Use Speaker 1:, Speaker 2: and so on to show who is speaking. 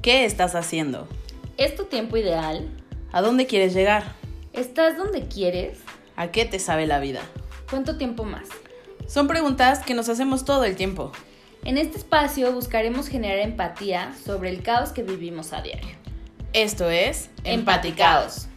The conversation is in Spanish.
Speaker 1: ¿Qué estás haciendo?
Speaker 2: ¿Es tu tiempo ideal?
Speaker 1: ¿A dónde quieres llegar?
Speaker 2: ¿Estás donde quieres?
Speaker 1: ¿A qué te sabe la vida?
Speaker 2: ¿Cuánto tiempo más?
Speaker 1: Son preguntas que nos hacemos todo el tiempo.
Speaker 2: En este espacio buscaremos generar empatía sobre el caos que vivimos a diario.
Speaker 1: Esto es
Speaker 2: Empaticaos.